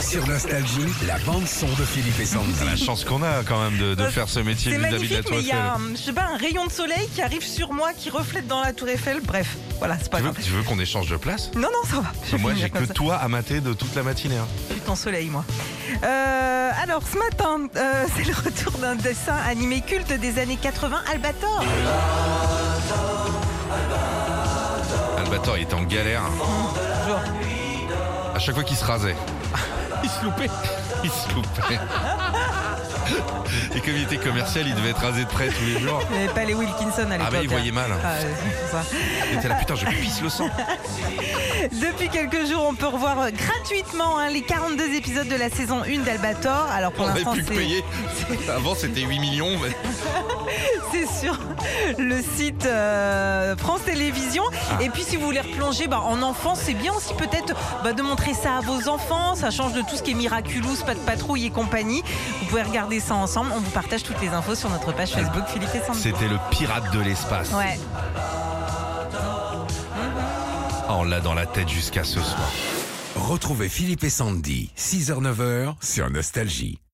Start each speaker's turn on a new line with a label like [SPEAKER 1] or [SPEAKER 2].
[SPEAKER 1] Sur Nostalgie, la bande-son de Philippe et Sandy.
[SPEAKER 2] La chance qu'on a quand même de, de
[SPEAKER 3] Euh,
[SPEAKER 2] faire ce métier
[SPEAKER 3] C'est
[SPEAKER 2] vis-à-vis de la
[SPEAKER 3] magnifique,
[SPEAKER 2] Tour
[SPEAKER 3] mais il y a,
[SPEAKER 2] Eiffel.
[SPEAKER 3] un, je sais pas, un rayon de soleil qui arrive sur moi, qui reflète dans la Tour Eiffel. Bref, voilà, c'est pas
[SPEAKER 2] Tu veux,
[SPEAKER 3] grave.
[SPEAKER 2] tu veux qu'on échange de place
[SPEAKER 3] Non, non, ça va. Je vais
[SPEAKER 2] Moi,
[SPEAKER 3] finir
[SPEAKER 2] j'ai que
[SPEAKER 3] comme ça.
[SPEAKER 2] toi à mater de toute la matinée. hein.
[SPEAKER 3] Putain soleil, moi. Euh, alors, ce matin, euh, c'est le retour d'un dessin animé culte des années 80, Albator.
[SPEAKER 2] Albator, il était en galère.
[SPEAKER 3] Genre,
[SPEAKER 2] À chaque fois qu'il se rasait, il se loupait. Il se loupait. Et comme il était commercial, il devait être rasé de près tous les jours.
[SPEAKER 3] il n'y avait pas les Wilkinson à l'époque.
[SPEAKER 2] Ah bah il voyait
[SPEAKER 3] hein.
[SPEAKER 2] mal.
[SPEAKER 3] Ah, ouais, c'est pour ça.
[SPEAKER 2] Il était là, putain, je pisse le sang.
[SPEAKER 3] Depuis quelques jours, on peut revoir euh, gratuitement hein, les 42 épisodes de la saison 1 d'Albator. Alors pour
[SPEAKER 2] On n'avait
[SPEAKER 3] l'instant,
[SPEAKER 2] plus que
[SPEAKER 3] c'est-
[SPEAKER 2] payer. Avant, c'était 8 millions. mais-
[SPEAKER 3] C'est sur le site euh, France Télévisions. Et puis si vous voulez replonger bah, en enfance, c'est bien aussi peut-être bah, de montrer ça à vos enfants. Ça change de tout ce qui est miraculous, pas de patrouille et compagnie. Vous pouvez regarder ça ensemble. On vous partage toutes les infos sur notre page Facebook Philippe et Sandy.
[SPEAKER 2] C'était le pirate de l'espace.
[SPEAKER 3] Ouais.
[SPEAKER 2] Ah, on l'a dans la tête jusqu'à ce soir.
[SPEAKER 1] Retrouvez Philippe et Sandy, 6h-9h, sur Nostalgie.